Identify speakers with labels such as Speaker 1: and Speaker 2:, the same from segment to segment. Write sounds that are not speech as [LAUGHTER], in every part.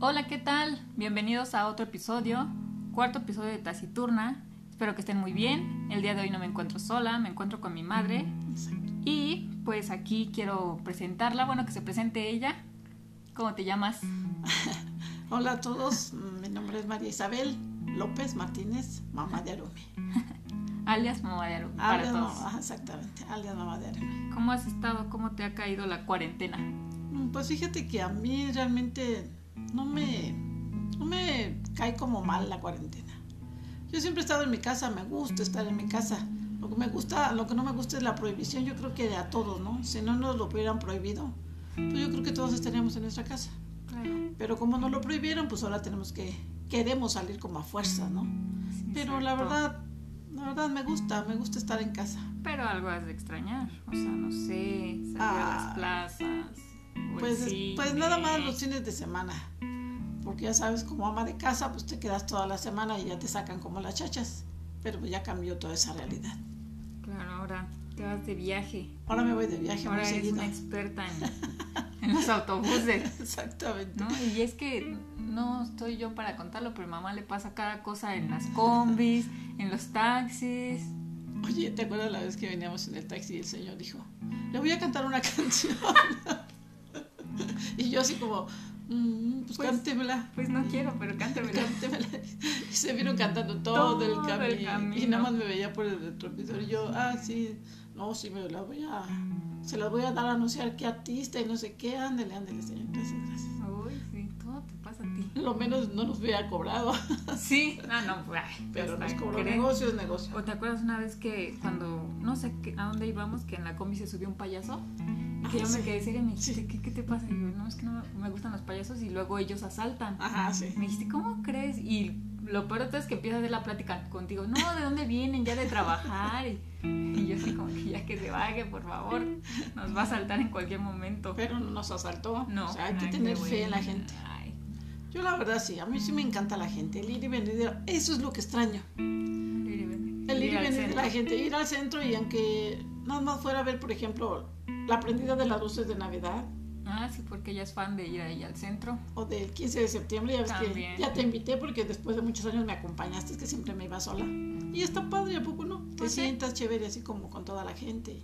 Speaker 1: Hola, ¿qué tal? Bienvenidos a otro episodio, cuarto episodio de Taciturna. Espero que estén muy bien. El día de hoy no me encuentro sola, me encuentro con mi madre. Y pues aquí quiero presentarla, bueno, que se presente ella. ¿Cómo te llamas?
Speaker 2: Hola a todos, mi nombre es María Isabel López Martínez, mamá de Arumi.
Speaker 1: Alias Mamá de Aru- para
Speaker 2: Alias
Speaker 1: todos.
Speaker 2: mamá, ah, exactamente, alias mamá de Arumi.
Speaker 1: ¿Cómo has estado? ¿Cómo te ha caído la cuarentena?
Speaker 2: Mm, Pues fíjate que a mí realmente no me, no me cae como mal la cuarentena. Yo siempre he estado en mi casa, me gusta estar en mi casa. Lo que me gusta, lo que no me gusta es la prohibición, yo creo que a todos, ¿no? Si no nos lo hubieran prohibido, pues yo creo que todos estaríamos en nuestra casa. Pero como nos lo prohibieron, pues ahora tenemos que, queremos salir como a fuerza, ¿no?
Speaker 1: Sí,
Speaker 2: Pero la
Speaker 1: exacto.
Speaker 2: verdad, la verdad me gusta, me gusta estar en casa.
Speaker 1: Pero algo has de extrañar, o sea, no sé, salir a
Speaker 2: Ah.
Speaker 1: las plazas. o el
Speaker 2: Pues, pues
Speaker 1: cine.
Speaker 2: nada más los fines de semana. Porque ya sabes, como ama de casa, pues te quedas toda la semana y ya te sacan como las chachas. Pero pues ya cambió toda esa realidad.
Speaker 1: Claro, ahora te vas de viaje.
Speaker 2: Ahora me voy de viaje
Speaker 1: Ahora
Speaker 2: muy
Speaker 1: eres
Speaker 2: seguido.
Speaker 1: una experta en, [LAUGHS] en los autobuses,
Speaker 2: [LAUGHS] Exactamente.
Speaker 1: ¿no? Y es que no estoy yo para contarlo, pero a mamá le pasa cada cosa en las combis, en los taxis.
Speaker 2: Oye, ¿te acuerdas la vez que veníamos en el taxi y el señor dijo, le voy a cantar una [LAUGHS] canción? y yo así como, "Mm, pues,
Speaker 1: Pues-
Speaker 2: cántemela.
Speaker 1: Pues no quiero, pero cántame.
Speaker 2: Cántemela. Y se vieron cantando todo,
Speaker 1: Todo
Speaker 2: el,
Speaker 1: el
Speaker 2: camino, Y
Speaker 1: camino.
Speaker 2: nada más me veía por el retrovisor. Y yo, ah, sí, no, sí, me la voy a. Se las voy a dar a anunciar qué artista y no sé qué. Ándele, ándele, señor. Gracias, gracias.
Speaker 1: Uy, sí, todo te pasa a ti.
Speaker 2: Lo menos no nos hubiera
Speaker 1: [LAUGHS]
Speaker 2: cobrado,
Speaker 1: Sí, ah, no, pues, ay,
Speaker 2: pero
Speaker 1: hasta
Speaker 2: nos cobró.
Speaker 1: creen.
Speaker 2: Negocio es negocio.
Speaker 1: ¿O te acuerdas una vez que cuando, no sé qué- a dónde íbamos, que en la combi se subió un payaso? Y que
Speaker 2: Ah,
Speaker 1: yo me
Speaker 2: sí.
Speaker 1: quedé seria y me dijiste,
Speaker 2: Sí.
Speaker 1: ¿qué, qué te pasa? Y yo, no, es que no me gustan los payasos y luego ellos asaltan.
Speaker 2: Ajá, sí.
Speaker 1: Me dijiste, ¿cómo crees? Y lo peor de todo es que empieza a hacer la plática contigo. No, ¿de dónde vienen? Ya de trabajar. Y, y yo así como que ya que se baje, por favor. Nos va a asaltar en cualquier momento.
Speaker 2: Pero no nos asaltó.
Speaker 1: No.
Speaker 2: O sea, hay que
Speaker 1: ay,
Speaker 2: tener
Speaker 1: qué
Speaker 2: fe en la
Speaker 1: buena.
Speaker 2: gente.
Speaker 1: Ay,
Speaker 2: Yo, la verdad, sí, a mí sí me encanta la gente. El ir y venir, eso es lo que extraño.
Speaker 1: ir y venir.
Speaker 2: El ir y
Speaker 1: al
Speaker 2: venir de
Speaker 1: centro.
Speaker 2: la gente, ir al centro y aunque nada más fuera a ver, por ejemplo, la prendida de las luces de Navidad
Speaker 1: Ah, sí, porque ella es fan de ir ahí al centro.
Speaker 2: o del 15 de septiembre, ya ves
Speaker 1: También.
Speaker 2: que ya te invité porque después de muchos años me acompañaste, es que siempre me iba sola. Y está padre, ¿a poco no? Te
Speaker 1: Pues sí.
Speaker 2: sientas chévere así como con toda la gente.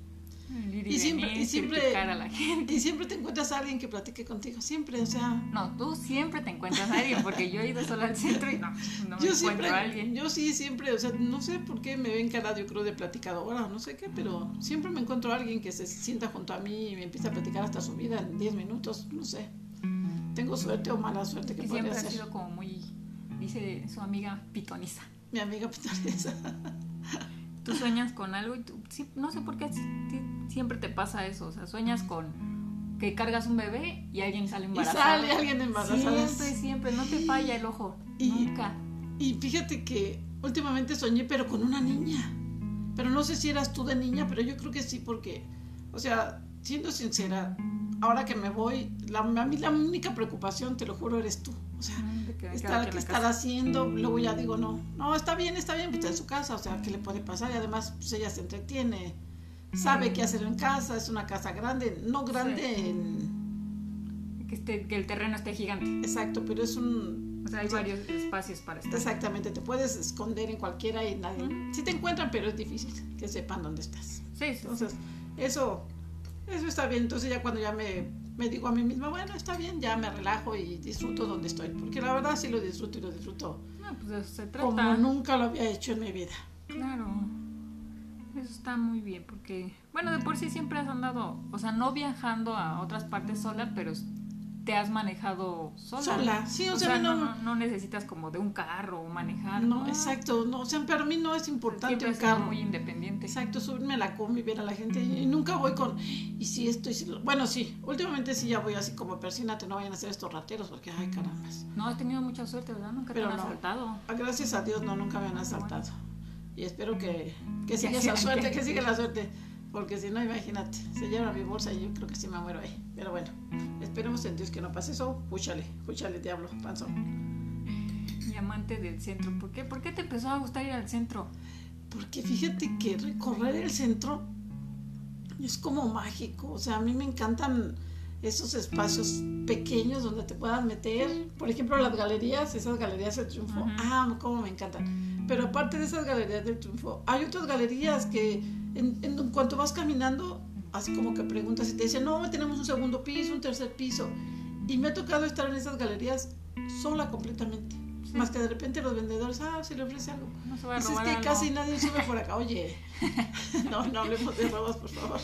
Speaker 1: El ir y,
Speaker 2: Y siempre-
Speaker 1: venir,
Speaker 2: y siempre-
Speaker 1: criticar a la gente.
Speaker 2: Y siempre te encuentras a alguien que platique contigo, siempre, o sea...
Speaker 1: No, tú siempre te encuentras a alguien, porque yo he ido sola al centro y no, no me
Speaker 2: Yo
Speaker 1: encuentro
Speaker 2: siempre,
Speaker 1: a alguien.
Speaker 2: yo sí, siempre, o sea, no sé por qué me ven cara, yo creo, de platicadora o no sé qué, pero siempre me encuentro a alguien que se sienta junto a mí y me empieza a platicar hasta su vida en 10 minutos, no sé. Tengo suerte o mala suerte que
Speaker 1: Que
Speaker 2: podría
Speaker 1: siempre ha
Speaker 2: ser.
Speaker 1: sido como muy, dice su amiga, pitoniza.
Speaker 2: Mi amiga
Speaker 1: [LAUGHS]
Speaker 2: pues, Pitonesa.
Speaker 1: Tú sueñas con algo y tú, sí, no sé por qué sí, sí, siempre te pasa eso, o sea, sueñas con que cargas un bebé y alguien sale
Speaker 2: Y
Speaker 1: embarazado.
Speaker 2: sale alguien embarazada.
Speaker 1: Siempre, siempre, no te falla el ojo,
Speaker 2: Y-
Speaker 1: nunca.
Speaker 2: Y fíjate que últimamente soñé, pero con una niña. Pero no sé si eras tú de niña, pero yo creo que sí, porque, o sea, siendo sincera, ahora que me voy, la, a mí la única preocupación, te lo juro, eres tú. O sea,
Speaker 1: De que me quedo
Speaker 2: estar,
Speaker 1: aquí en
Speaker 2: que
Speaker 1: la
Speaker 2: estar
Speaker 1: casa.
Speaker 2: haciendo, luego ya digo, no, no, está bien, está bien, pues está en su casa, o sea, ¿qué le puede pasar? Y además, pues ella se entretiene, sabe qué hacer en casa, es una casa grande, no grande en-
Speaker 1: Que, esté- que el terreno esté gigante.
Speaker 2: Exacto, pero es un...
Speaker 1: O sea, hay varios espacios para estar.
Speaker 2: Exactamente, te puedes esconder en cualquiera y nadie... Sí te encuentran, pero es difícil que sepan dónde estás.
Speaker 1: Sí, sí, sí.
Speaker 2: Entonces, eso, eso está bien. Entonces ya cuando ya me, me digo a mí misma, bueno, está bien, ya me relajo y disfruto donde estoy, porque la verdad sí lo disfruto y lo disfruto
Speaker 1: No, pues de eso se trata.
Speaker 2: como nunca lo había hecho en mi vida.
Speaker 1: Claro. Eso está muy bien porque, bueno, de por sí siempre has andado, o sea, no viajando a otras partes sola, pero te te has manejado sola.
Speaker 2: Sola, sí, o sea, a mí
Speaker 1: no,
Speaker 2: no-
Speaker 1: no, no necesitas como de un carro o manejar.
Speaker 2: No, exacto, no, o sea, para mí no es pues, importante
Speaker 1: Siempre
Speaker 2: un
Speaker 1: has sido
Speaker 2: carro.
Speaker 1: muy independiente.
Speaker 2: Exacto, subirme a la combi, ver a la gente y nunca voy con, y si esto, y si lo-". Bueno, sí, últimamente sí ya voy así como persínate, no vayan a ser estos rateros, porque ay carambas.
Speaker 1: No, has tenido mucha suerte, ¿verdad? Nunca
Speaker 2: Pero
Speaker 1: te han
Speaker 2: no.
Speaker 1: asaltado.
Speaker 2: Ah, Gracias a Dios no, nunca me han asaltado. Y espero que, que siga
Speaker 1: sea,
Speaker 2: esa suerte,
Speaker 1: que-
Speaker 2: que siga la suerte, porque si no, imagínate, se llevan mi bolsa y yo creo que sí me muero ahí. Pero bueno, esperemos en Dios que no pase eso, púchale, púchale, diablo, panzón.
Speaker 1: Mi amante del centro. ¿Por qué? ¿Por qué te empezó a gustar ir al centro?
Speaker 2: Porque fíjate que recorrer el centro es como mágico. O sea, a mí me encantan esos espacios pequeños donde te puedas meter. Por ejemplo, las galerías, esas galerías del triunfo.
Speaker 1: Ujú.
Speaker 2: Ah, cómo me encantan. Pero aparte de esas galerías del triunfo, hay otras galerías que en, en cuanto vas caminando, así como que preguntas y te dicen, no, tenemos un segundo piso, un tercer piso. Y me ha tocado estar en esas galerías sola completamente. Más que de repente los vendedores, ah, se le ofrece algo.
Speaker 1: No se va a
Speaker 2: Pues es
Speaker 1: robar
Speaker 2: que
Speaker 1: algo.
Speaker 2: casi nadie
Speaker 1: [LAUGHS]
Speaker 2: sube por acá. Oye, [LAUGHS] no, no hablemos de robos, por favor.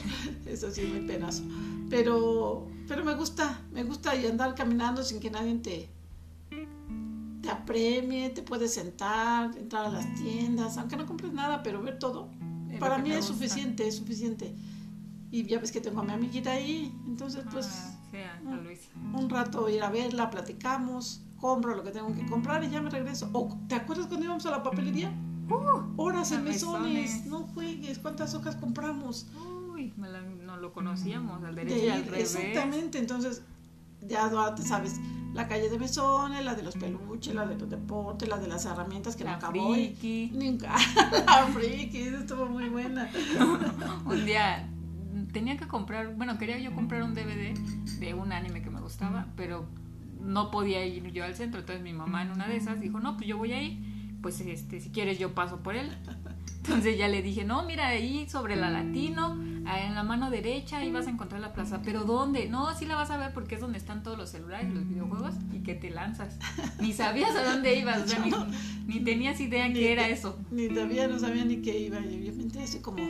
Speaker 2: Eso sí es muy penoso. Pero, pero me gusta, me gusta y andar caminando sin que nadie te, te apremie, te puedes sentar, entrar a las tiendas, aunque no compres nada, pero ver todo.
Speaker 1: Es lo
Speaker 2: Para
Speaker 1: que
Speaker 2: mí
Speaker 1: te
Speaker 2: es
Speaker 1: gusta.
Speaker 2: suficiente, es suficiente. Y ya ves que tengo a mi amiguita ahí, entonces pues
Speaker 1: Ah, sí, a a Luisa.
Speaker 2: un rato ir a verla, platicamos, compro lo que tengo que comprar y ya me regreso. O, ¿Te acuerdas cuando íbamos a la papelería?
Speaker 1: Uh,
Speaker 2: Horas en
Speaker 1: mesones.
Speaker 2: mesones, no juegues, cuántas hojas compramos.
Speaker 1: Uy, me la- no lo conocíamos, al derecho
Speaker 2: De
Speaker 1: y al
Speaker 2: ir,
Speaker 1: revés.
Speaker 2: exactamente, entonces ya ahora te sabes la calle de mesones, la de los peluches, la de los deportes, la de las herramientas que
Speaker 1: la
Speaker 2: no acabó. y-
Speaker 1: friki.
Speaker 2: Nunca, [LAUGHS] la friki, esa estuvo muy buena.
Speaker 1: Un día mm, tenía que comprar, bueno, quería yo comprar un DVD de un anime que me gustaba, pero no podía ir yo al centro, entonces mi mamá en una de esas dijo, no, pues yo voy a ir, pues este, si quieres yo paso por él. Entonces ya le dije, no, mira ahí sobre la latino, ah, en la mano derecha ahí vas a encontrar la plaza, pero ¿dónde? No, sí la vas a ver porque es donde están todos los celulares, los videojuegos y que te lanzas. Ni sabías a dónde ibas, o sea, ni, ni tenías idea
Speaker 2: Ni
Speaker 1: que era
Speaker 2: te-
Speaker 1: eso.
Speaker 2: Ni sabía, no sabía ni qué iba. Y yo me enteré así como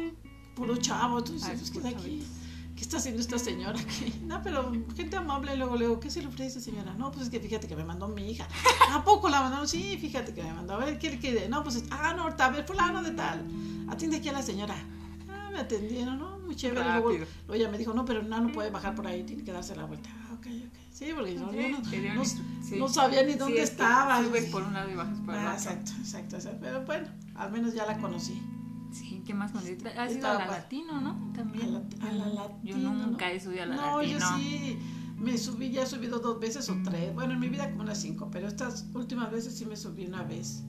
Speaker 2: puro chavo. Tú dices,
Speaker 1: Ay,
Speaker 2: pues, ¿qué,
Speaker 1: puro
Speaker 2: de aquí? ¿Qué está haciendo esta señora? aquí? No, pero gente amable. Y luego le digo, ¿qué se le ofrece, señora? No, pues es que fíjate que me mandó mi hija. ¿A poco la mandaron? Sí, fíjate que me mandó. A ver, ¿qué le quiere? No, pues, es- ah, no, ahorita, a ver, fulano de tal. Atiende aquí a la señora. Ah, me atendieron, ¿no? Muy chévere. Luego,
Speaker 1: Rápido.
Speaker 2: luego ella me dijo, no, pero no, no puede bajar por ahí, tiene que darse la vuelta. Ah, ok, ok. Sí, porque yo
Speaker 1: Sí,
Speaker 2: no,
Speaker 1: te dieron
Speaker 2: no-
Speaker 1: instru- sí.
Speaker 2: no sabía ni
Speaker 1: Sí,
Speaker 2: dónde
Speaker 1: es que
Speaker 2: estaba.
Speaker 1: Subes por un lado y bajas por el
Speaker 2: Ah,
Speaker 1: otro.
Speaker 2: exacto, exacto, exacto. Pero bueno, al menos ya la conocí.
Speaker 1: Sí, ¿qué más conocí? Has ido a
Speaker 2: Estaba
Speaker 1: la
Speaker 2: padre.
Speaker 1: latino, ¿no?
Speaker 2: A
Speaker 1: También.
Speaker 2: la- a la
Speaker 1: Yo
Speaker 2: Latino,
Speaker 1: nunca he subido a la
Speaker 2: No, yo
Speaker 1: latino.
Speaker 2: sí me subí, ya he subido dos veces o tres.
Speaker 1: Mm.
Speaker 2: Bueno, en mi vida como unas cinco, pero estas últimas veces sí me subí una vez.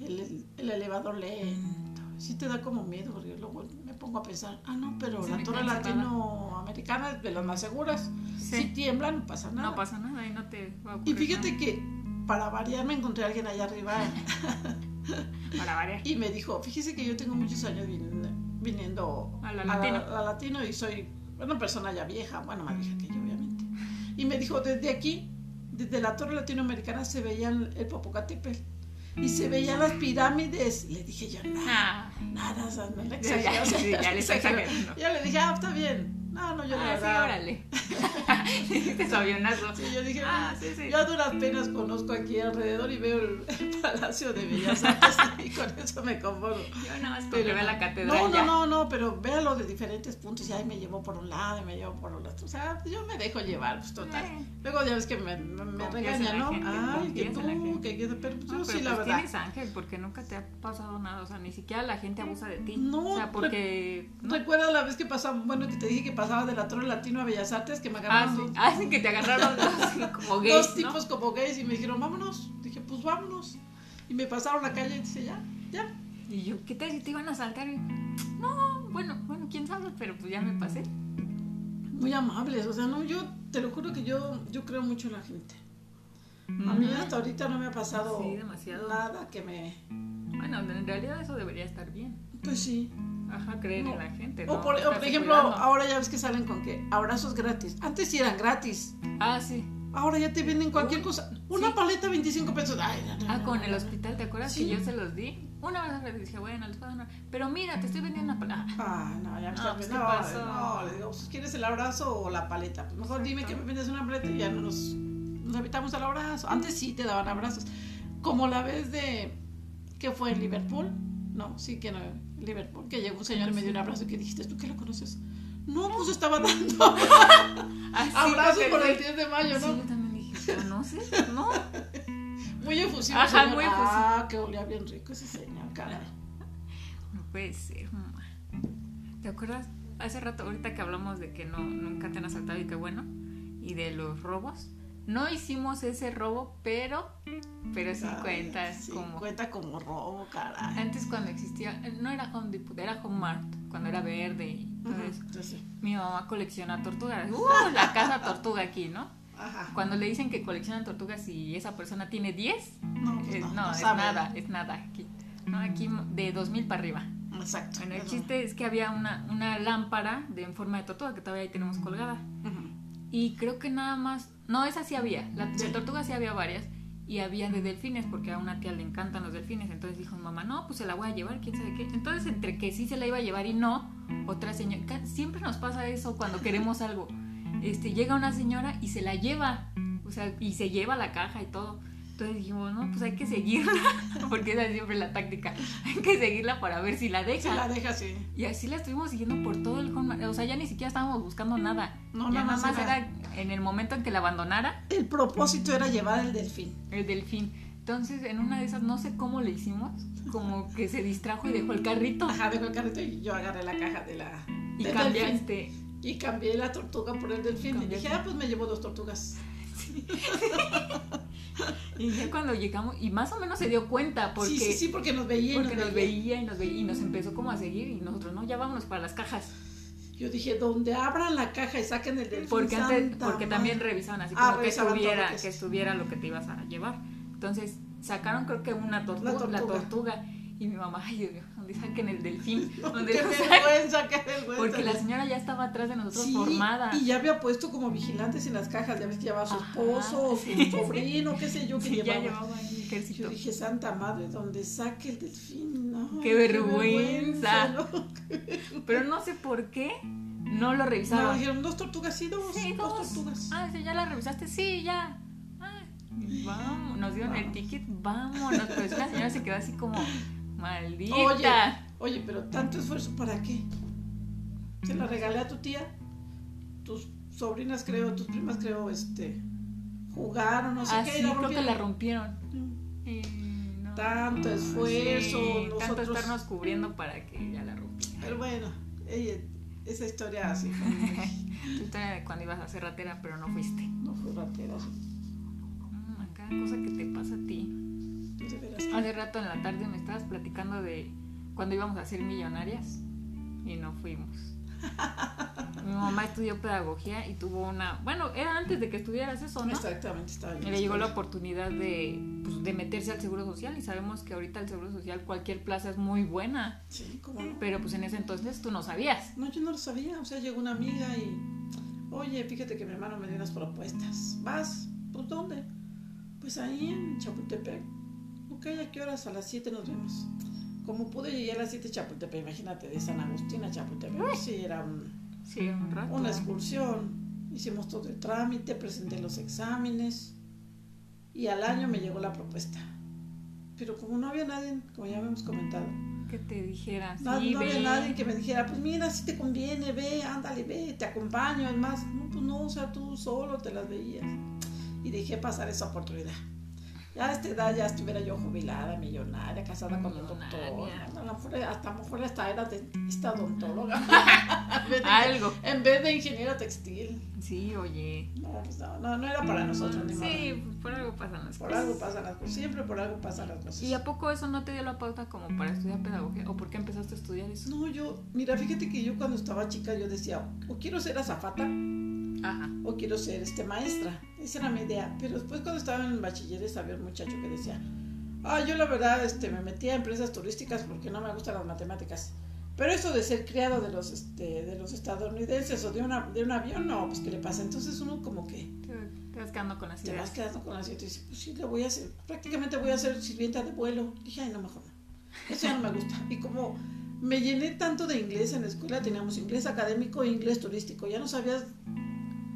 Speaker 2: El, el elevador
Speaker 1: Mm.
Speaker 2: lento. Sí te da como miedo, porque luego me pongo a pensar, ah, no, pero
Speaker 1: Mm. Sí,
Speaker 2: la
Speaker 1: me
Speaker 2: torre
Speaker 1: quedo encerrada.
Speaker 2: latinoamericana es de las más seguras.
Speaker 1: Sí.
Speaker 2: Si tiembla, no pasa nada.
Speaker 1: No pasa nada y no te va a
Speaker 2: y
Speaker 1: ocurrir
Speaker 2: fíjate que para variar me encontré a alguien allá arriba.
Speaker 1: nada. Para variar.
Speaker 2: Y me dijo, fíjese que yo tengo muchos años viniendo, viniendo
Speaker 1: A la latina.
Speaker 2: a latino y soy una persona ya vieja, bueno, más vieja que yo, obviamente. Y me dijo, desde aquí, desde la torre latinoamericana se veían el Popocatépetl y se veían las pirámides. Le dije yo, no,
Speaker 1: Ah,
Speaker 2: [LAUGHS] nada, o sea, no le
Speaker 1: Ya, ya,
Speaker 2: exageras".
Speaker 1: [LAUGHS] sí, ya
Speaker 2: [LAUGHS]
Speaker 1: le exageras, ¿no?
Speaker 2: Yo le dije, ah, está bien. No, no, yo la
Speaker 1: ah sí,
Speaker 2: verdad-
Speaker 1: órale. [LAUGHS] Este es avionazo.
Speaker 2: Sí, yo dije,
Speaker 1: Ah,
Speaker 2: "Ah,
Speaker 1: sí, sí.
Speaker 2: yo a duras penas conozco aquí alrededor y veo el, el Palacio de Bellas Artes [LAUGHS] y con eso me conformo.
Speaker 1: Yo nada más
Speaker 2: Pero
Speaker 1: porque veo la catedral.
Speaker 2: No,
Speaker 1: ya.
Speaker 2: no, no, no, pero véalo de diferentes puntos. Y ahí me llevó por un lado y me llevó por el otro. O sea, yo me dejo llevar, pues total.
Speaker 1: Eh.
Speaker 2: Luego ya ves que me, me- me
Speaker 1: Confías
Speaker 2: regaña,
Speaker 1: en la
Speaker 2: ¿no?
Speaker 1: gente,
Speaker 2: Ay, que
Speaker 1: confías en la
Speaker 2: tú,
Speaker 1: gente.
Speaker 2: que que- Pero pues,
Speaker 1: No,
Speaker 2: yo
Speaker 1: pero
Speaker 2: sí, la
Speaker 1: pues
Speaker 2: verdad.
Speaker 1: tienes ángel porque nunca te ha pasado nada, o sea, ni siquiera la gente abusa de ti.
Speaker 2: No,
Speaker 1: o sea, porque no.
Speaker 2: ¿Recuerdas la vez que pasaba, bueno, que te dije que pasaba de la Torre Latino a Bellas Artes, que me
Speaker 1: Ah,
Speaker 2: agarraron
Speaker 1: sí, [LAUGHS]
Speaker 2: dos,
Speaker 1: ah, sí, que te agarraron
Speaker 2: [LAUGHS]
Speaker 1: los, como gays,
Speaker 2: dos
Speaker 1: ¿no?
Speaker 2: tipos como gays y me dijeron, vámonos? Dije, pues vámonos. Y me pasaron la calle y dije, ya, ya.
Speaker 1: Y yo, ¿qué tal si te iban a saltar? Y, no, bueno, bueno, quién sabe, pero pues ya me pasé.
Speaker 2: Muy amables, o sea, no, yo te lo juro que yo, yo creo mucho en la gente. A mí hasta ahorita no me ha pasado
Speaker 1: Sí, demasiado.
Speaker 2: nada que me...
Speaker 1: Bueno, en realidad eso debería estar bien.
Speaker 2: Pues sí.
Speaker 1: Ajá, creer
Speaker 2: No.
Speaker 1: en la gente.
Speaker 2: O
Speaker 1: ¿no?
Speaker 2: por, o por
Speaker 1: Estarse
Speaker 2: ejemplo,
Speaker 1: cuidando.
Speaker 2: ahora ya ves que salen con que abrazos gratis. Antes sí eran gratis.
Speaker 1: Ah, sí.
Speaker 2: Ahora ya te venden cualquier
Speaker 1: Uy,
Speaker 2: cosa. Una
Speaker 1: sí.
Speaker 2: paleta, 25 pesos. Ay, no, no,
Speaker 1: Ah,
Speaker 2: no,
Speaker 1: con
Speaker 2: no,
Speaker 1: el
Speaker 2: no.
Speaker 1: hospital, ¿te ¿te acuerdas
Speaker 2: Sí.
Speaker 1: que yo se los di? Una vez les dije, bueno, les puedo dar una. Pero mira, te estoy vendiendo una [LAUGHS] palabra.
Speaker 2: Ah, no, ya me
Speaker 1: No,
Speaker 2: está
Speaker 1: pues,
Speaker 2: no,
Speaker 1: ¿qué pasó?
Speaker 2: no, le digo, pues, ¿quieres el abrazo o la paleta? Pues, mejor dime que
Speaker 1: Exacto.
Speaker 2: me vendes una paleta y ya no nos, nos evitamos el abrazo. Antes sí te daban abrazos. Como la vez de que fue en Liverpool. No, sí que no, en Liverpool, que llegó un señor y me dio un abrazo que dijiste, ¿tú que lo conoces? No, pues estaba dando abrazos por el 10 de mayo,
Speaker 1: Ah, Sí,
Speaker 2: ¿no?
Speaker 1: yo también dije, ¿conoces? No.
Speaker 2: Muy efusivo.
Speaker 1: Ajá,
Speaker 2: señor.
Speaker 1: muy efusivo.
Speaker 2: Ah, que olía bien rico ese señor, caray.
Speaker 1: No puede ser, mamá. ¿Te acuerdas? Hace rato, ahorita que hablamos de que no, nunca te han asaltado y qué bueno, y de los robos. No hicimos ese robo, pero, pero sí
Speaker 2: Caray,
Speaker 1: cuenta
Speaker 2: sí,
Speaker 1: como...
Speaker 2: cuenta como robo, caray.
Speaker 1: Antes cuando existía, no era Home Depot, era Home Mart, cuando era verde y todo
Speaker 2: Ujú,
Speaker 1: eso.
Speaker 2: entonces,
Speaker 1: Mi mamá colecciona tortugas. ¡Uh! La casa tortuga aquí, ¿no?
Speaker 2: Ajá.
Speaker 1: Cuando le dicen que coleccionan tortugas y esa persona tiene 10,
Speaker 2: No, pues
Speaker 1: eh, no,
Speaker 2: no,
Speaker 1: es
Speaker 2: sabe.
Speaker 1: nada, es nada aquí. No, aquí de 2000 para arriba.
Speaker 2: Exacto.
Speaker 1: Bueno, el
Speaker 2: eso.
Speaker 1: chiste es que había una, una lámpara de, en forma de tortuga que todavía ahí tenemos colgada.
Speaker 2: Ujú.
Speaker 1: Y creo que nada más. No, esa sí había. La de
Speaker 2: Sí.
Speaker 1: tortuga sí había varias. Y había de delfines, porque a una tía le encantan los delfines. Entonces dijo mi mamá, no, pues se la voy a llevar, quién sabe qué. Entonces, entre que sí se la iba a llevar y no, otra señora. ca- Siempre nos pasa eso [LAUGHS] cuando queremos algo. Este, llega una señora y se la lleva. O sea, y se lleva la caja y todo. Entonces dijimos, no, pues hay que seguirla, [LAUGHS] porque esa es siempre la táctica. [LAUGHS] Hay que seguirla para ver si la
Speaker 2: Se
Speaker 1: deja.
Speaker 2: la deja así.
Speaker 1: Y así la estuvimos siguiendo por todo el Home Mart. O sea, ya ni siquiera estábamos buscando nada.
Speaker 2: No,
Speaker 1: ya
Speaker 2: nada más era-
Speaker 1: en el momento en que la abandonara,
Speaker 2: El propósito era llevar el delfín.
Speaker 1: el delfín. Entonces, en una de esas, no sé cómo le hicimos, como que se distrajo y dejó el carrito.
Speaker 2: Ajá, dejó el carrito y yo agarré la caja de la.
Speaker 1: Y este.
Speaker 2: del delfín.
Speaker 1: cambiaste.
Speaker 2: Y cambié la tortuga por el delfín. Y
Speaker 1: Cambiaste.
Speaker 2: dije, ah, pues me llevo dos tortugas.
Speaker 1: Y ya cuando llegamos, y más o menos se dio cuenta, porque,
Speaker 2: sí, sí, sí, porque nos veía. y
Speaker 1: porque nos veía y nos veía y nos empezó como a seguir. Y nosotros, no, ya vámonos para las cajas.
Speaker 2: Yo dije, donde abran la caja y saquen el delfín.
Speaker 1: Porque, antes,
Speaker 2: santa
Speaker 1: porque
Speaker 2: madre".
Speaker 1: también revisaban así como
Speaker 2: Ah,
Speaker 1: que,
Speaker 2: revisaban todo lo
Speaker 1: estuviera,
Speaker 2: que
Speaker 1: que
Speaker 2: es.
Speaker 1: estuviera lo que te ibas a llevar. Entonces sacaron creo que una tortuga,
Speaker 2: La
Speaker 1: la tortuga.
Speaker 2: tortuga.
Speaker 1: y mi mamá, ay Dios mío, ¿dónde saquen el
Speaker 2: [LAUGHS]
Speaker 1: delfín? ¿Dónde
Speaker 2: Qué
Speaker 1: lo saquen?
Speaker 2: vergüenza, qué vergüenza.
Speaker 1: Porque la señora ya estaba atrás de nosotros
Speaker 2: Sí,
Speaker 1: formada.
Speaker 2: y ya había puesto como vigilantes en las cajas. Ya ves que llevaba su
Speaker 1: Ajá. [LAUGHS]
Speaker 2: esposo, o su sobrino, qué sé yo, que
Speaker 1: Sí, ya
Speaker 2: llevaba.
Speaker 1: llevaba ahí
Speaker 2: Yo
Speaker 1: ejército.
Speaker 2: dije, Santa Madre, donde saque el delfín, no.
Speaker 1: Qué vergüenza.
Speaker 2: ¿no?
Speaker 1: Pero no sé por qué no lo
Speaker 2: No,
Speaker 1: revisaban.
Speaker 2: dijeron dos tortugas, sí, dos,
Speaker 1: Sí,
Speaker 2: dos
Speaker 1: dos.
Speaker 2: tortugas.
Speaker 1: Ah, sí, ya la revisaste, sí, ya. Ah, vamos, nos dieron el
Speaker 2: Vamos.
Speaker 1: ticket, vámonos. Pero sí, la señora se quedó así como, maldita.
Speaker 2: Oye. Oye, pero tanto esfuerzo, ¿para qué? Se la regalé a tu tía, tus sobrinas, creo, tus primas, creo, este, jugaron, no sé
Speaker 1: así
Speaker 2: qué, y la
Speaker 1: Ah, creo que
Speaker 2: rompieron.
Speaker 1: la
Speaker 2: Mm.
Speaker 1: rompieron. Eh, no. Ah,
Speaker 2: Tanto esfuerzo,
Speaker 1: Sí, tanto
Speaker 2: nosotros-
Speaker 1: estarnos cubriendo para que ya la rompieran. [LAUGHS]
Speaker 2: Pero bueno, ella- esa historia así, fue muy-
Speaker 1: Tu historia de cuando ibas a ser ratera, pero no fuiste.
Speaker 2: no fue ratera.
Speaker 1: Mm, cada cosa que te pasa a ti.
Speaker 2: Yo de veras que-
Speaker 1: Hace rato en la tarde me estabas platicando de cuando íbamos a ser millonarias y no
Speaker 2: [LAUGHS]
Speaker 1: fuimos. Mi mamá estudió pedagogía y tuvo una, bueno, era antes de que estudiaras eso, ¿no?
Speaker 2: Exactamente, estaba yo
Speaker 1: Y
Speaker 2: en
Speaker 1: le llegó la
Speaker 2: escuela.
Speaker 1: oportunidad de, pues, de meterse al Seguro Social y sabemos que ahorita el Seguro Social cualquier plaza es muy buena,
Speaker 2: Sí, cómo no.
Speaker 1: pero pues en ese entonces tú no sabías.
Speaker 2: No, yo no lo sabía. O sea, llegó una amiga y, oye, fíjate que mi hermano me dio unas propuestas. ¿Vas? Pues dónde? Pues ahí en Chapultepec. Ok, ¿a qué horas? A las 7 nos vemos. Como pude llegué a las 7 a Chapultepec, imagínate, de San Agustín a Chapultepec. Pues sí, era un-
Speaker 1: Sí, un rato.
Speaker 2: una excursión. Hicimos todo el trámite, presenté los exámenes y al año me llegó la propuesta. Pero como no había nadie, como ya habíamos comentado,
Speaker 1: Que te dijeran,
Speaker 2: no,
Speaker 1: sí,
Speaker 2: no había
Speaker 1: ve.
Speaker 2: nadie que me dijera, pues mira, si te conviene, ve, ándale, ve, te acompaño. Es más, no, pues no, o sea, tú solo te las veías. Y dejé pasar esa oportunidad. Ya a esta edad ya estuviera yo jubilada, millonaria, casada con un doctor.
Speaker 1: Millonaria.
Speaker 2: A lo mejor, hasta a lo mejor hasta era dentista,
Speaker 1: [LAUGHS]
Speaker 2: odontóloga. [LAUGHS] en, vez de,
Speaker 1: Algo.
Speaker 2: en vez de ingeniero textil.
Speaker 1: Sí, oye.
Speaker 2: No, pues no, no, no era para nosotros, ni modo.
Speaker 1: Mm, Sí, pues, por algo pasan las
Speaker 2: Por
Speaker 1: cosas.
Speaker 2: algo pasan las cosas, siempre por algo pasan las cosas.
Speaker 1: ¿Y a poco eso no te dio la pauta como para estudiar pedagogía? ¿O por qué empezaste a estudiar eso?
Speaker 2: No, yo, mira, fíjate que yo cuando estaba chica yo decía, o quiero ser azafata
Speaker 1: Ajá.
Speaker 2: o quiero ser este maestra. Esa era mi idea. Pero después cuando estaba en bachilleres había un muchacho que decía, ah, yo la verdad este, me metí a empresas turísticas porque no me gustan las matemáticas. Pero eso de ser criado de los, este, de los estadounidenses o de, una, de un avión, no, pues ¿qué le pasa? Entonces uno como que
Speaker 1: Te te vas quedando con las
Speaker 2: te vas
Speaker 1: ideas.
Speaker 2: quedando con la asiento y dices, pues sí, le voy a hacer, prácticamente voy a ser sirvienta de vuelo. Dije, ay, no, mejor no. Eso ya no me gusta. Y como me llené tanto de inglés en la escuela, teníamos inglés académico e inglés turístico, ya no sabías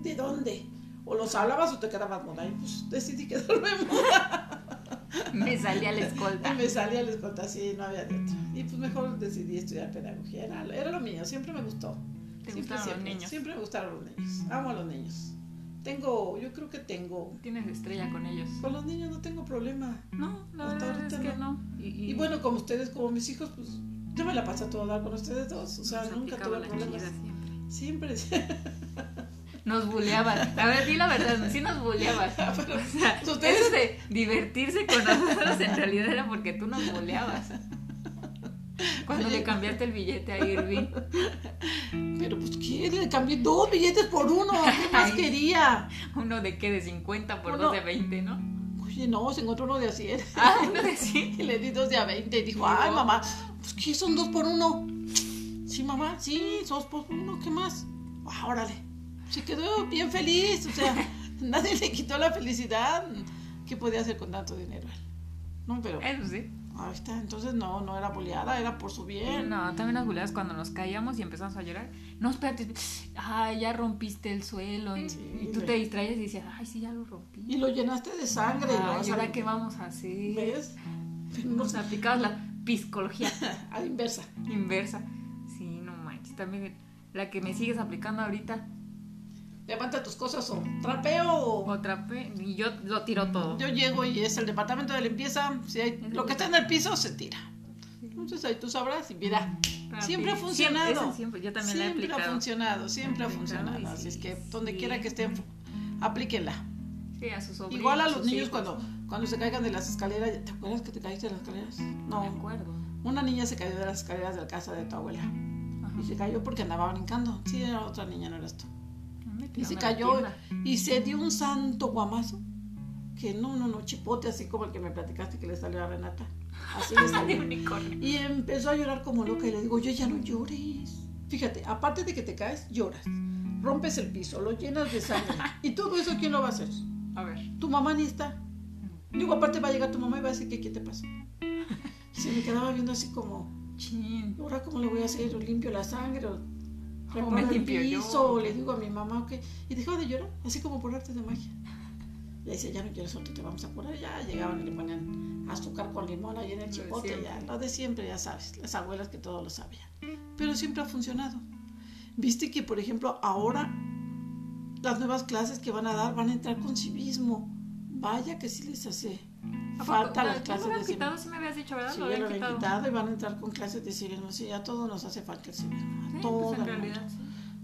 Speaker 2: de dónde. O los hablabas o te quedabas muda. Y pues decidí [LAUGHS] quedarme
Speaker 1: Me salí a la
Speaker 2: y
Speaker 1: escolta.
Speaker 2: [LAUGHS] me salía les conté así, no había de otra. Y pues mejor decidí estudiar pedagogía. Era, era lo mío, siempre me gustó.
Speaker 1: Te
Speaker 2: siempre,
Speaker 1: gustaron los
Speaker 2: siempre,
Speaker 1: niños.
Speaker 2: Siempre me gustaron los niños. Amo a los niños. Tengo, yo creo que tengo.
Speaker 1: Tienes estrella con ellos.
Speaker 2: Con los niños no tengo problema.
Speaker 1: No, la
Speaker 2: Hasta
Speaker 1: verdad es
Speaker 2: ahorita
Speaker 1: que no. Y,
Speaker 2: Y bueno, como ustedes, como mis hijos, pues yo me la pasé a todo dar con ustedes dos. O sea,
Speaker 1: nos
Speaker 2: nunca
Speaker 1: aplicaba la
Speaker 2: tuve problemas.
Speaker 1: chida siempre.
Speaker 2: Siempre.
Speaker 1: Nos buleaban. La verdad, di la verdad, sí nos [LAUGHS] buleaban.
Speaker 2: Pero,
Speaker 1: O sea,
Speaker 2: Ustedes-
Speaker 1: eso de divertirse con nosotros en realidad era porque tú nos boleabas. Cuando
Speaker 2: Oye.
Speaker 1: le cambiaste el billete a Irving.
Speaker 2: [LAUGHS] pero pues, ¿qué? Le cambié dos billetes por
Speaker 1: [LAUGHS]
Speaker 2: uno. ¿Qué más
Speaker 1: Ay.
Speaker 2: quería?
Speaker 1: Uno de qué, de 50 por
Speaker 2: Uno.
Speaker 1: dos de 20, ¿no?
Speaker 2: Oye, no, se encontró uno de así.
Speaker 1: Ah, uno de 100.
Speaker 2: Y [LAUGHS] le di dos de a 20 y dijo,
Speaker 1: Y
Speaker 2: ay
Speaker 1: luego-
Speaker 2: mamá, pues que son dos por uno. Sí, mamá, sí, dos por uno, ¿qué más? Ah, órale. Se quedó bien feliz, o sea, [LAUGHS] nadie le quitó la felicidad. ¿Qué podía hacer con tanto dinero él? No, pero
Speaker 1: Eso sí.
Speaker 2: ahí está, entonces no, no era boleada, era por su bien.
Speaker 1: Eh, No, también nos buleabas cuando nos caíamos y empezamos a llorar. No, espérate. espérate. Ay, ya rompiste el suelo. Y,
Speaker 2: Sí,
Speaker 1: y tú
Speaker 2: güey.
Speaker 1: te distraías y decías, ay, sí, ya lo rompí.
Speaker 2: Y lo llenaste de sangre.
Speaker 1: Ay,
Speaker 2: ¿no? O sea,
Speaker 1: ¿Ahora qué vamos a hacer?
Speaker 2: ¿Ves?
Speaker 1: Nos aplicabas la psicología [LAUGHS]
Speaker 2: A la inversa.
Speaker 1: inversa. Sí, no manches. También la que me sigues aplicando ahorita.
Speaker 2: Levanta tus cosas o trapeo o...
Speaker 1: Otra pe- y yo lo tiro todo.
Speaker 2: Yo llego y es el departamento de limpieza. Si hay, lo que está en el piso se tira. Entonces ahí tú sabrás y mira,
Speaker 1: Rápido.
Speaker 2: siempre ha
Speaker 1: Siempre,
Speaker 2: funcionado.
Speaker 1: esa siempre, yo también la he
Speaker 2: Siempre ha
Speaker 1: aplicado.
Speaker 2: funcionado, siempre ha
Speaker 1: Aplicado,
Speaker 2: funcionado.
Speaker 1: y
Speaker 2: Así es
Speaker 1: sí,
Speaker 2: que donde
Speaker 1: sí.
Speaker 2: quiera que estén, aplíquenla.
Speaker 1: Sí, a sus sobrinos,
Speaker 2: Igual a los
Speaker 1: sus
Speaker 2: niños
Speaker 1: hijos.
Speaker 2: cuando, cuando se caigan de las escaleras. ¿Te acuerdas que te caíste de las escaleras?
Speaker 1: Me
Speaker 2: No.
Speaker 1: acuerdo.
Speaker 2: Una niña se cayó de las escaleras de la casa de tu abuela.
Speaker 1: Ajá.
Speaker 2: Y se cayó porque andaba brincando. Sí, era otra niña, no eras tú.
Speaker 1: Me
Speaker 2: Y
Speaker 1: tiró
Speaker 2: se
Speaker 1: una [LAUGHS]
Speaker 2: cayó
Speaker 1: pierna.
Speaker 2: y se dio un santo guamazo. Que no, no, no, chipote, así como el que me platicaste que le salió a Renata. Así le
Speaker 1: de [LAUGHS]
Speaker 2: salió.
Speaker 1: unicornio.
Speaker 2: Y empezó a llorar como loca y le digo, yo ya no llores. Fíjate, aparte de que te caes, lloras. Rompes el piso, lo llenas de sangre. ¿Y todo eso quién lo va a hacer?
Speaker 1: A ver.
Speaker 2: Tu mamá ni está. Digo, aparte va a llegar tu mamá y va a decir, ¿qué, qué te pasó? Y se me quedaba viendo así como,
Speaker 1: Chin.
Speaker 2: ahora cómo le voy a hacer, o limpio la sangre, o
Speaker 1: ¿Cómo
Speaker 2: reparo
Speaker 1: me
Speaker 2: el
Speaker 1: limpio yo?
Speaker 2: piso, o le digo a mi mamá, ok. Y dejaba de llorar, así como por artes de magia. Le decía, ya no llores, ahorita te vamos a curar. Ya llegaban y le ponían azúcar con limón ahí en
Speaker 1: Lo
Speaker 2: el
Speaker 1: de
Speaker 2: chipote, ya,
Speaker 1: siempre.
Speaker 2: lo de siempre, ya sabes, las abuelas que todo lo sabían. Pero siempre ha funcionado. Viste que, por ejemplo, ahora las nuevas clases que van a dar van a entrar con civismo. Vaya que sí les hace falta
Speaker 1: Ah,
Speaker 2: las clases de
Speaker 1: habían
Speaker 2: civismo.
Speaker 1: quitado, sí me habías dicho, ¿verdad?
Speaker 2: Sí,
Speaker 1: lo
Speaker 2: ya
Speaker 1: habían
Speaker 2: lo habían
Speaker 1: quitado.
Speaker 2: quitado y van a entrar con clases de civismo. Sí, ya todo nos hace falta el civismo. A
Speaker 1: Sí,
Speaker 2: todo
Speaker 1: pues en
Speaker 2: el mundo.
Speaker 1: realidad. sí.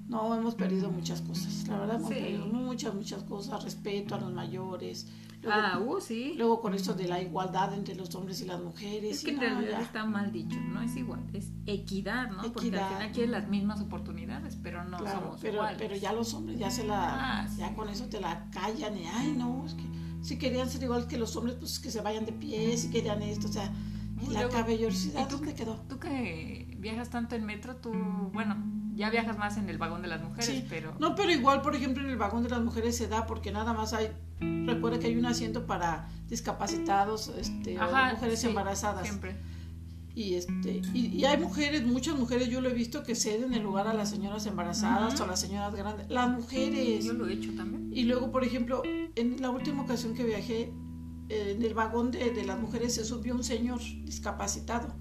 Speaker 2: No, hemos perdido muchas cosas. La verdad, hemos
Speaker 1: Sí.
Speaker 2: perdido muchas, muchas cosas. Respeto a los mayores. Luego,
Speaker 1: Ah, uh, sí.
Speaker 2: luego con eso de la igualdad entre los hombres y las mujeres.
Speaker 1: Es que
Speaker 2: y
Speaker 1: en
Speaker 2: no,
Speaker 1: realidad
Speaker 2: ya.
Speaker 1: está mal dicho, no es igual, es equidad, ¿no? Porque
Speaker 2: Equidad.
Speaker 1: al final quieres las mismas oportunidades, pero no
Speaker 2: Claro,
Speaker 1: somos
Speaker 2: pero,
Speaker 1: iguales.
Speaker 2: pero ya los hombres ya se la.
Speaker 1: Ah, sí.
Speaker 2: Ya con eso te la callan. Y ay, no, es que si querían ser igual que los hombres, pues que se vayan de pie. Si querían esto, o sea,
Speaker 1: Y
Speaker 2: y la
Speaker 1: luego,
Speaker 2: caballerosidad,
Speaker 1: ¿y tú
Speaker 2: ¿dónde quedó?
Speaker 1: Tú que viajas tanto en metro, tú, bueno, ya viajas más en el vagón de las mujeres,
Speaker 2: Sí.
Speaker 1: pero
Speaker 2: No, pero igual, por ejemplo, en el vagón de las mujeres se da porque nada más hay. Recuerda que hay un asiento para discapacitados este, o
Speaker 1: Ajá,
Speaker 2: mujeres
Speaker 1: sí,
Speaker 2: embarazadas.
Speaker 1: siempre.
Speaker 2: Y, este, y, y hay mujeres, muchas mujeres, yo lo he visto que ceden el lugar a las señoras embarazadas
Speaker 1: Ujú.
Speaker 2: o a las señoras grandes. Las mujeres.
Speaker 1: Yo lo he hecho también.
Speaker 2: Y luego, por ejemplo, en la última ocasión que viajé, eh, en el vagón de, de las mujeres se subió un señor discapacitado.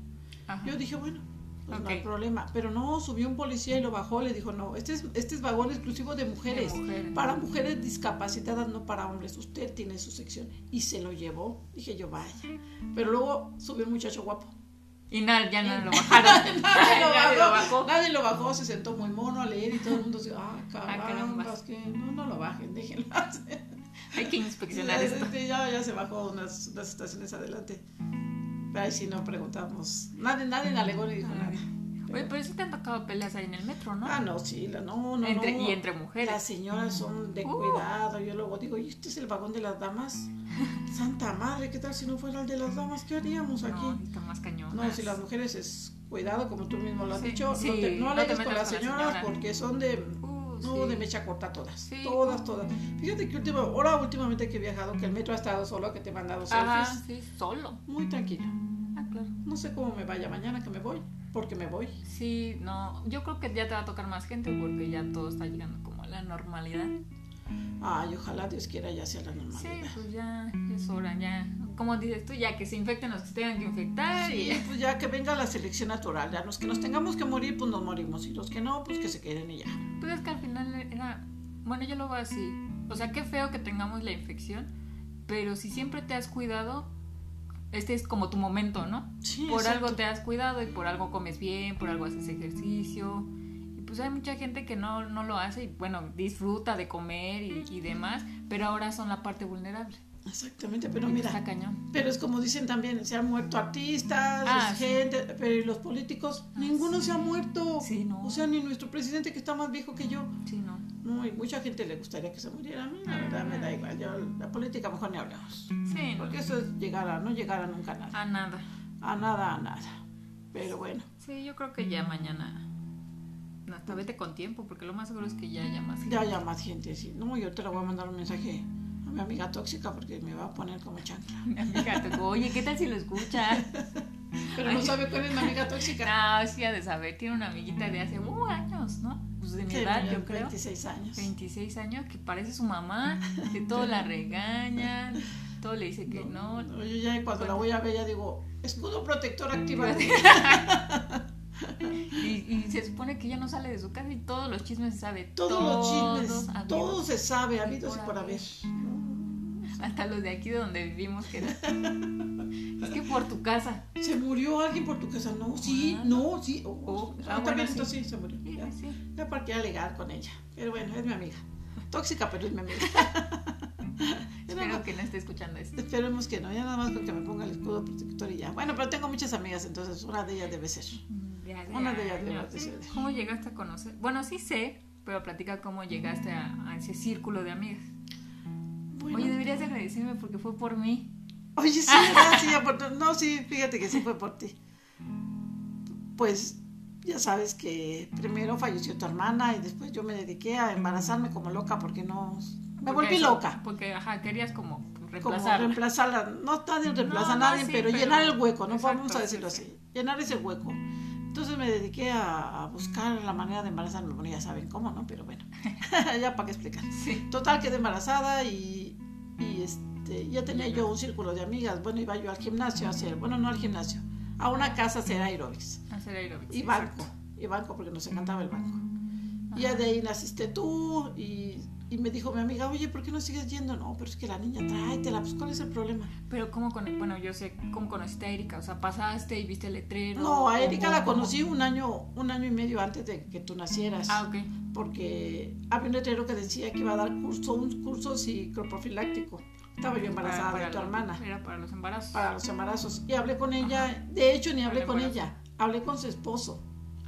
Speaker 1: Ajá.
Speaker 2: Yo dije, bueno, pues no
Speaker 1: Ah.
Speaker 2: hay
Speaker 1: Ok.
Speaker 2: problema. Pero no, subió un policía y lo bajó. Le dijo, no, este es, este es vagón exclusivo de mujeres.
Speaker 1: De mujeres.
Speaker 2: Para mujeres discapacitadas, no para hombres. Usted tiene su sección. Y se lo llevó. Dije yo, vaya. Pero luego subió un muchacho guapo.
Speaker 1: Y nada, ya
Speaker 2: [LAUGHS]
Speaker 1: no lo bajaron.
Speaker 2: Eh, Nadie lo
Speaker 1: Nadie lo
Speaker 2: bajó,
Speaker 1: bajó.
Speaker 2: nadie lo bajó, se sentó muy mono a leer y todo el mundo se
Speaker 1: [LAUGHS]
Speaker 2: ah, caramba,
Speaker 1: carambas.
Speaker 2: es que no, no lo
Speaker 1: [LAUGHS]
Speaker 2: bajen, déjenlo.
Speaker 1: Hay que inspeccionar esto.
Speaker 2: Sí, ya, ya se bajó unas, unas
Speaker 1: Ah.
Speaker 2: estaciones adelante. Pero ahí sí no preguntamos. Nadie, nadie alegó ni dijo nada.
Speaker 1: Nadie. Oye, pero sí te han tocado peleas ahí en el metro, ¿no?
Speaker 2: Ah, no, sí, la, no, no,
Speaker 1: entre,
Speaker 2: no.
Speaker 1: Y entre mujeres.
Speaker 2: Las señoras son de
Speaker 1: Uh.
Speaker 2: cuidado. Yo luego digo, ¿y este es el vagón de las
Speaker 1: [LAUGHS]
Speaker 2: damas? Santa madre, ¿qué tal si no fuera el de las damas? ¿Qué haríamos
Speaker 1: No, sí
Speaker 2: aquí?
Speaker 1: están más cañonas.
Speaker 2: No, si las mujeres es cuidado, como tú mismo lo has
Speaker 1: Sí,
Speaker 2: dicho.
Speaker 1: sí,
Speaker 2: no te, no
Speaker 1: no te metas
Speaker 2: alegues con las
Speaker 1: con la
Speaker 2: señoras
Speaker 1: señora.
Speaker 2: porque son de.
Speaker 1: Uh,
Speaker 2: No,
Speaker 1: sí.
Speaker 2: de mecha corta todas.
Speaker 1: Sí.
Speaker 2: Todas, todas. Fíjate que última, ahora últimamente que he viajado, que el metro ha estado solo, que te he mandado
Speaker 1: Ajá,
Speaker 2: selfies.
Speaker 1: sí, solo.
Speaker 2: Muy tranquila.
Speaker 1: Ah, claro.
Speaker 2: No sé cómo me vaya mañana que me voy, porque me voy.
Speaker 1: Sí, no, yo creo que ya te va a tocar más gente porque ya todo está llegando como a la normalidad.
Speaker 2: Ay, ojalá Dios quiera ya sea la
Speaker 1: Mm, Sí,
Speaker 2: normalidad.
Speaker 1: pues ya es hora, ya. Como dices tú, ya que se infecten los que se tengan que infectar y
Speaker 2: Sí, pues ya que venga la selección natural, ya los que nos tengamos que morir, pues nos morimos, y los que no, pues que se queden y ya.
Speaker 1: Pues es que al final era. Bueno, yo lo veo así. O sea, qué feo que tengamos la infección, pero si siempre te has cuidado, este es como tu momento, ¿no?
Speaker 2: Sí,
Speaker 1: Por
Speaker 2: exacto.
Speaker 1: algo te has cuidado y por algo comes bien, por algo haces ejercicio. Y pues hay mucha gente que no, no lo hace y bueno, disfruta de comer y, y demás, pero ahora son la parte vulnerable.
Speaker 2: Exactamente, pero
Speaker 1: Y Está
Speaker 2: mira,
Speaker 1: cañón.
Speaker 2: pero es como dicen también, se han muerto artistas,
Speaker 1: Ah, sí. Ah,
Speaker 2: gente, pero ¿y los políticos, ninguno se ha muerto.
Speaker 1: Sí, no.
Speaker 2: O sea, ni nuestro presidente que está más viejo que yo.
Speaker 1: Sí, no.
Speaker 2: No, y mucha gente le gustaría que se muriera. A mí, la verdad, me da igual. Yo, la política mejor ni hablamos.
Speaker 1: Sí, no.
Speaker 2: Porque eso es llegar a, no llegar a nunca a nada.
Speaker 1: A nada.
Speaker 2: A nada, a nada. Pero bueno,
Speaker 1: Sí, yo creo que ya mañana. no, Hasta vete con tiempo, porque lo más seguro es que ya llamas.
Speaker 2: ya haya más gente. Sí. No, yo te lo voy a mandar un mensaje a mi amiga tóxica porque me va a poner como chancla.
Speaker 1: Mi amiga tocó, oye, ¿qué tal si lo
Speaker 2: [LAUGHS]
Speaker 1: escucha?
Speaker 2: Pero no sabe cuál es mi amiga tóxica.
Speaker 1: No, sí, ha de saber, tiene una amiguita de hace uh, años, ¿no? Pues de [LAUGHS] mi edad, yo creo.
Speaker 2: 26 años.
Speaker 1: 26 años, que parece su mamá,
Speaker 2: [LAUGHS]
Speaker 1: que todo la regañan, todo le dice que no.
Speaker 2: [LAUGHS] No, yo ya cuando la voy a ver ya digo, escudo protector
Speaker 1: [LAUGHS]
Speaker 2: activa.
Speaker 1: Y, y se supone que ella no sale de su casa y todos los chismes se sabe.
Speaker 2: Todos los chismes,
Speaker 1: habidos.
Speaker 2: todo se sabe, habidos y
Speaker 1: por
Speaker 2: por haber.
Speaker 1: haber.
Speaker 2: No.
Speaker 1: Hasta los de aquí de donde vivimos, que era.
Speaker 2: [LAUGHS]
Speaker 1: Es que por tu casa.
Speaker 2: ¿Se murió alguien por tu casa? No, sí, no, sí. Oh,
Speaker 1: Oh, ah,
Speaker 2: ah, está
Speaker 1: bueno,
Speaker 2: bien,
Speaker 1: sí.
Speaker 2: entonces sí, se murió.
Speaker 1: Sí,
Speaker 2: Ya,
Speaker 1: sí.
Speaker 2: ya partí a alegar con ella. Pero bueno, es
Speaker 1: [LAUGHS]
Speaker 2: mi amiga. Tóxica, pero es mi amiga. Ya nada
Speaker 1: Espero
Speaker 2: más-
Speaker 1: que no esté escuchando esto.
Speaker 2: Esperemos que no, ya nada más con que me ponga el escudo protector y ya. Bueno, pero tengo muchas amigas, entonces una de ellas debe ser.
Speaker 1: Ya,
Speaker 2: Una de ellas
Speaker 1: ya,
Speaker 2: debe
Speaker 1: ya.
Speaker 2: de ser.
Speaker 1: ¿Cómo llegaste a conocer? Bueno, sí sé, pero platica cómo llegaste a, a ese círculo de amigas.
Speaker 2: Bueno.
Speaker 1: Oye, deberías de agradecerme porque fue por mí.
Speaker 2: Oye,
Speaker 1: [LAUGHS]
Speaker 2: sí, ¿verdad? Sí, aportó- No, sí, fíjate que sí fue por ti. Pues ya sabes que primero falleció tu hermana y después yo me dediqué a embarazarme como loca porque no. Me
Speaker 1: Porque
Speaker 2: volví
Speaker 1: eso-
Speaker 2: loca.
Speaker 1: Porque, ajá, querías como
Speaker 2: Como
Speaker 1: reemplazarla.
Speaker 2: reemplazarla. No está de reemplazar
Speaker 1: No,
Speaker 2: a
Speaker 1: no,
Speaker 2: nadie,
Speaker 1: sí,
Speaker 2: pero,
Speaker 1: pero-
Speaker 2: llenar el hueco, ¿no?
Speaker 1: Exacto,
Speaker 2: Vamos a decirlo
Speaker 1: sí,
Speaker 2: así. Llenar ese hueco. Entonces me dediqué a, a buscar la manera de embarazarme. Bueno, ya saben cómo, ¿no? Pero bueno, [LAUGHS] ya para qué explicar. [LAUGHS]
Speaker 1: sí.
Speaker 2: Total, quedé embarazada y, y, este, ya tenía
Speaker 1: Ya.
Speaker 2: yo un círculo de amigas. Bueno, iba yo al gimnasio a hacer, bueno, no al gimnasio, a una casa a hacer aerobics.
Speaker 1: Hacer aeróbics.
Speaker 2: Y banco, y banco, porque nos encantaba el banco. Y ya de ahí naciste tú y, y me dijo mi amiga, oye, ¿por qué no sigues yendo? No, pero es que la niña, tráetela, pues ¿cuál es el problema?
Speaker 1: Pero cómo con bueno, yo sé cómo conociste a Erika, o sea, pasaste y viste el letrero.
Speaker 2: No, a
Speaker 1: o-
Speaker 2: Erika
Speaker 1: o-
Speaker 2: la
Speaker 1: o-
Speaker 2: conocí un año, un año y medio antes de que tú nacieras.
Speaker 1: Ah, ok.
Speaker 2: porque había un letrero que decía que iba a dar curso, un curso psicoprofiláctico. Estaba yo embarazada de tu
Speaker 1: los-
Speaker 2: hermana.
Speaker 1: Era para los embarazos.
Speaker 2: para los embarazos. Y hablé con ella, de hecho ni hablé
Speaker 1: Para el
Speaker 2: con
Speaker 1: embarazo.
Speaker 2: ella, hablé con su esposo.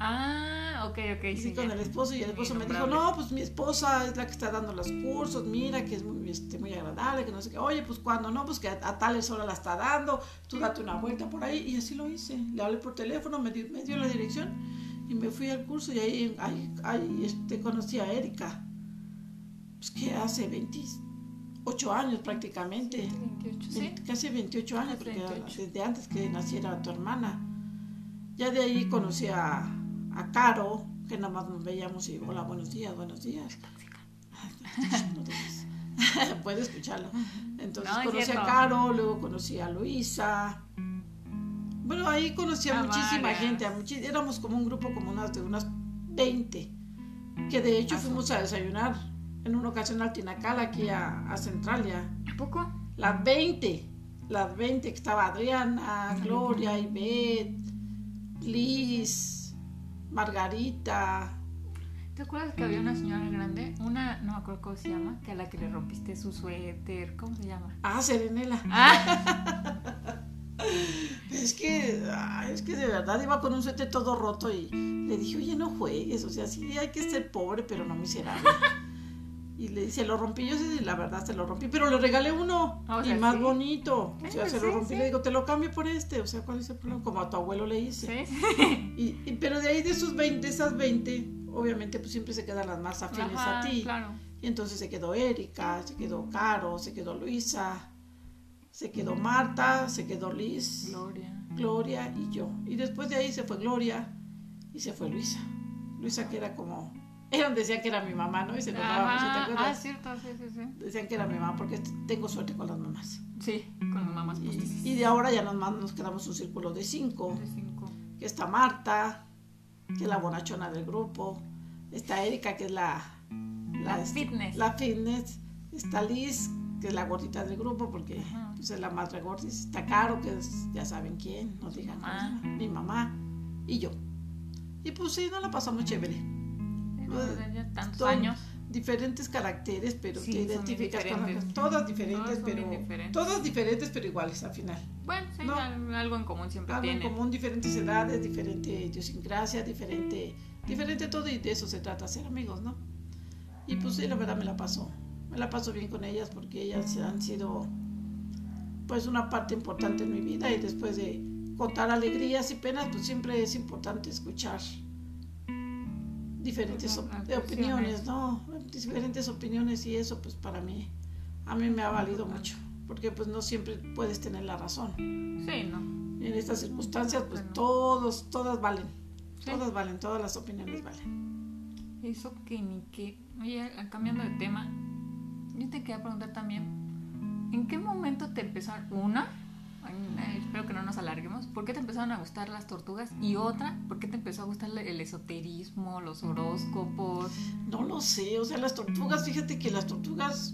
Speaker 1: Ah, ok, ok.
Speaker 2: Y
Speaker 1: Sí,
Speaker 2: con
Speaker 1: ya.
Speaker 2: el esposo y el esposo me dijo,
Speaker 1: Innombrable.
Speaker 2: no, pues mi esposa es la que está dando los cursos, mira que es muy, este, muy agradable, que no sé qué, oye, pues cuando no, pues que a, a tales horas la está dando, tú date una vuelta por ahí y así lo hice. Le hablé por teléfono, me dio, me dio la dirección y me fui al curso y ahí, ahí, ahí, este, conocí a Erika, pues que hace 28 años prácticamente.
Speaker 1: 28, sí.
Speaker 2: Ve- casi 28 años, porque era
Speaker 1: 28.
Speaker 2: desde antes que naciera tu hermana. Ya de ahí conocí a, a Caro, que nada más nos veíamos y hola, buenos días, buenos días. Ay, no te creas. [LAUGHS] Puede escucharlo. Entonces
Speaker 1: No, es
Speaker 2: conocí a
Speaker 1: cierto.
Speaker 2: Caro, luego conocí a Luisa. Bueno, ahí conocí a,
Speaker 1: A
Speaker 2: muchísima
Speaker 1: varias.
Speaker 2: gente, a muchi- éramos como un grupo como unas de unas 20, que de hecho
Speaker 1: Ah, sí.
Speaker 2: fuimos a desayunar en una ocasión al Tinacal aquí a, a Centralia.
Speaker 1: ¿A poco?
Speaker 2: Las 20, las 20 que estaba Adriana, Gloria, Ivette, Liz, Margarita.
Speaker 1: ¿Te acuerdas que había una señora grande? Una, no me acuerdo cómo se llama, que a la que le rompiste
Speaker 2: Mm.
Speaker 1: su suéter. ¿Cómo se llama?
Speaker 2: Ah, Serenela.
Speaker 1: Ah,
Speaker 2: es que, ay, es que de verdad iba con un suéter todo roto y le dije, oye, no juegues, o sea, sí hay que ser pobre, pero no
Speaker 1: [LAUGHS]
Speaker 2: miserable. Y le, se lo rompí, yo sí, la verdad se lo rompí, pero le regalé uno
Speaker 1: Ah, o
Speaker 2: y
Speaker 1: sea,
Speaker 2: más
Speaker 1: sí.
Speaker 2: bonito. O
Speaker 1: Ah,
Speaker 2: sea, se
Speaker 1: sí,
Speaker 2: lo rompí,
Speaker 1: sí.
Speaker 2: le digo, te lo cambio por este, o sea, ¿cuál es el problema? Como a tu abuelo le hice.
Speaker 1: Sí.
Speaker 2: Y, y- pero de ahí de esos 20, esas 20, obviamente pues siempre se quedan las más afines
Speaker 1: Ajá,
Speaker 2: a ti.
Speaker 1: Claro.
Speaker 2: Y entonces se quedó Erika, se quedó Caro, se quedó Luisa, se quedó Marta, se quedó Liz,
Speaker 1: Gloria.
Speaker 2: Gloria y yo. Y después de ahí se fue Gloria y se fue Luisa. Luisa que era como... [LAUGHS] Ellos decían que era mi mamá, ¿no? Y se encontraba mucho, ¿te
Speaker 1: Ajá, ah,
Speaker 2: acuerdas?
Speaker 1: cierto, sí, sí, sí.
Speaker 2: Decían que era mi mamá porque tengo suerte con las mamás.
Speaker 1: Sí, con las mamás postizas.
Speaker 2: Y, y de ahora ya nomás nos quedamos un círculo de cinco.
Speaker 1: De cinco.
Speaker 2: que está Marta, que es la bonachona del grupo, está Erika, que es la, este,
Speaker 1: La fitness.
Speaker 2: la fitness, está Liz, que es la gordita del grupo, porque
Speaker 1: Ajá.
Speaker 2: pues, es la más regordita, está Caro, que es, ya saben quién, no digan cómo se
Speaker 1: mamá.
Speaker 2: llama, mi mamá y yo. Y pues sí, no la pasamos chévere.
Speaker 1: Pero ya tantos
Speaker 2: Son
Speaker 1: años.
Speaker 2: Diferentes caracteres, pero
Speaker 1: Sí,
Speaker 2: te
Speaker 1: son bien
Speaker 2: identificas con
Speaker 1: diferentes.
Speaker 2: las- todas diferentes,
Speaker 1: Todas son
Speaker 2: pero
Speaker 1: bien diferentes.
Speaker 2: todas diferentes, pero iguales al final.
Speaker 1: Bueno, sí,
Speaker 2: No.
Speaker 1: al- algo en común siempre
Speaker 2: algo en
Speaker 1: tienen.
Speaker 2: común, diferentes edades, diferente idiosincrasia, diferente, diferente todo y de eso se trata, ser amigos, ¿no? Y pues sí, la verdad me la paso, me la paso bien con ellas porque ellas han sido pues una parte importante en mi vida y después de contar alegrías y penas, pues siempre es importante escuchar diferentes op-
Speaker 1: Las
Speaker 2: de opiniones,
Speaker 1: versiones.
Speaker 2: ¿no? Diferentes opiniones y eso pues para mí, a mí me ha valido mucho, porque pues no siempre puedes tener la razón.
Speaker 1: Sí, no.
Speaker 2: En estas circunstancias, pues
Speaker 1: Bueno.
Speaker 2: todos, todas valen.
Speaker 1: Sí.
Speaker 2: Todas valen, todas las opiniones valen.
Speaker 1: Eso que ni qué. Oye, a- cambiando de tema, yo te quería preguntar también, ¿en qué momento te empezaron una? ay, ay, espero que no nos alarguemos. ¿Por qué te empezaron a gustar las tortugas? Y otra, ¿por qué te empezó a gustar el- el esoterismo, los horóscopos?
Speaker 2: No lo sé, o sea, las tortugas, fíjate que las tortugas,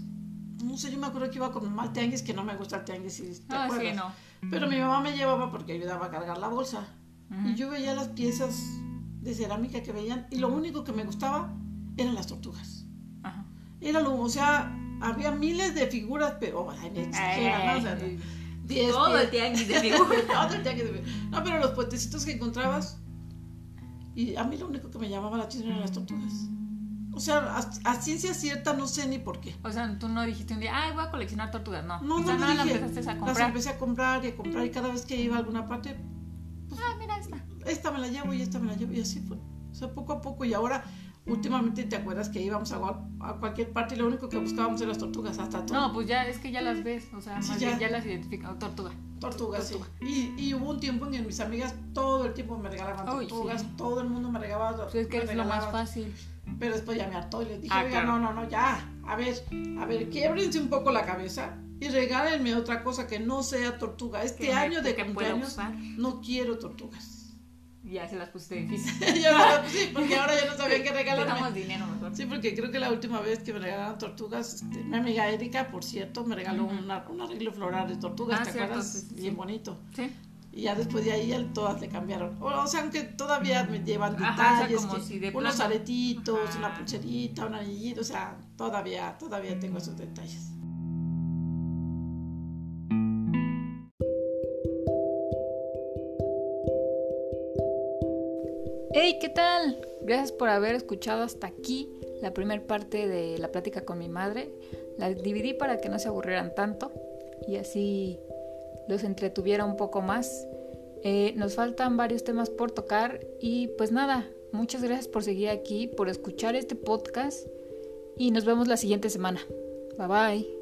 Speaker 2: no sé, yo me acuerdo que iba con mi mamá al tianguis, que no me gusta el tianguis, si te
Speaker 1: Ah, sí,
Speaker 2: acuerdas.
Speaker 1: no.
Speaker 2: Pero mi mamá me llevaba porque ayudaba a cargar la bolsa.
Speaker 1: Ujú.
Speaker 2: Y yo veía las piezas de cerámica que veían y lo único que me gustaba eran las tortugas.
Speaker 1: Ajá.
Speaker 2: Era lo, o sea, había miles de figuras, pero, ay, me exageran, ¿no? O sea,
Speaker 1: Ay,
Speaker 2: diez
Speaker 1: todo
Speaker 2: piezas.
Speaker 1: el tianguis
Speaker 2: [LAUGHS]
Speaker 1: de figuras.
Speaker 2: Todo el día que te- No, pero los puentecitos que encontrabas. Y a mí lo único que me llamaba la atención eran las tortugas. O sea, a, a ciencia cierta no sé ni por qué.
Speaker 1: O sea, tú no dijiste un día, ay, voy a coleccionar tortugas. No,
Speaker 2: No,
Speaker 1: o sea,
Speaker 2: no,
Speaker 1: nada,
Speaker 2: no
Speaker 1: la
Speaker 2: dije.
Speaker 1: empezaste a
Speaker 2: Las
Speaker 1: comprar.
Speaker 2: empecé a comprar y a comprar y cada vez que iba a alguna parte,
Speaker 1: Ah, mira esta.
Speaker 2: esta me la llevo y esta me la llevo y así fue. O sea, poco a poco y ahora últimamente te acuerdas que íbamos a, gua- a cualquier parte y lo único que buscábamos eran las tortugas, hasta todo.
Speaker 1: No, pues ya, es que ya las ves, o sea, más
Speaker 2: Sí,
Speaker 1: bien ya
Speaker 2: ya.
Speaker 1: las identificas. Tortuga.
Speaker 2: Tortugas, sí. Y, y hubo un tiempo en que mis amigas todo el tiempo me regalaban
Speaker 1: Uy, sí.
Speaker 2: tortugas, todo el mundo me regalaba
Speaker 1: Pues es que
Speaker 2: me
Speaker 1: es lo más
Speaker 2: regalaba
Speaker 1: fácil.
Speaker 2: Pero después ya me hartó y les dije,
Speaker 1: Ah,
Speaker 2: oiga,
Speaker 1: claro.
Speaker 2: no, no, no, ya, a ver, a ver, quiebrense un poco la cabeza y regálenme otra cosa que no sea tortuga. Este
Speaker 1: que me-
Speaker 2: año de
Speaker 1: que pueda
Speaker 2: cumpleaños
Speaker 1: usar.
Speaker 2: no quiero tortugas. [LAUGHS]
Speaker 1: Ya se las pusiste difícil.
Speaker 2: Ya
Speaker 1: [LAUGHS]
Speaker 2: sabía, pues sí, porque ahora ya no sabía qué
Speaker 1: Regalamos
Speaker 2: regalarme.
Speaker 1: dinero mejor.
Speaker 2: Sí, porque creo que la última vez que me regalaron tortugas, este, mi amiga Erika, por cierto, me regaló
Speaker 1: Ujú.
Speaker 2: una- un arreglo floral de tortugas,
Speaker 1: Ah,
Speaker 2: ¿te
Speaker 1: cierto,
Speaker 2: acuerdas?
Speaker 1: sí, sí,
Speaker 2: Bien
Speaker 1: sí.
Speaker 2: bonito.
Speaker 1: Sí.
Speaker 2: Y ya después de ahí ya todas le cambiaron. O, o sea, aunque todavía me llevan
Speaker 1: Ajá,
Speaker 2: detalles,
Speaker 1: o sea, como
Speaker 2: que
Speaker 1: si de
Speaker 2: unos
Speaker 1: plano.
Speaker 2: aretitos,
Speaker 1: Ajá.
Speaker 2: una pulserita, un anillito, o sea, todavía, todavía tengo esos detalles.
Speaker 1: Hey, ¿qué tal? Gracias por haber escuchado hasta aquí la primera parte de la plática con mi madre. La dividí para que no se aburrieran tanto y así los entretuviera un poco más. Eh, nos faltan varios temas por tocar y pues nada, muchas gracias por seguir aquí, por escuchar este podcast y nos vemos la siguiente semana. Bye bye.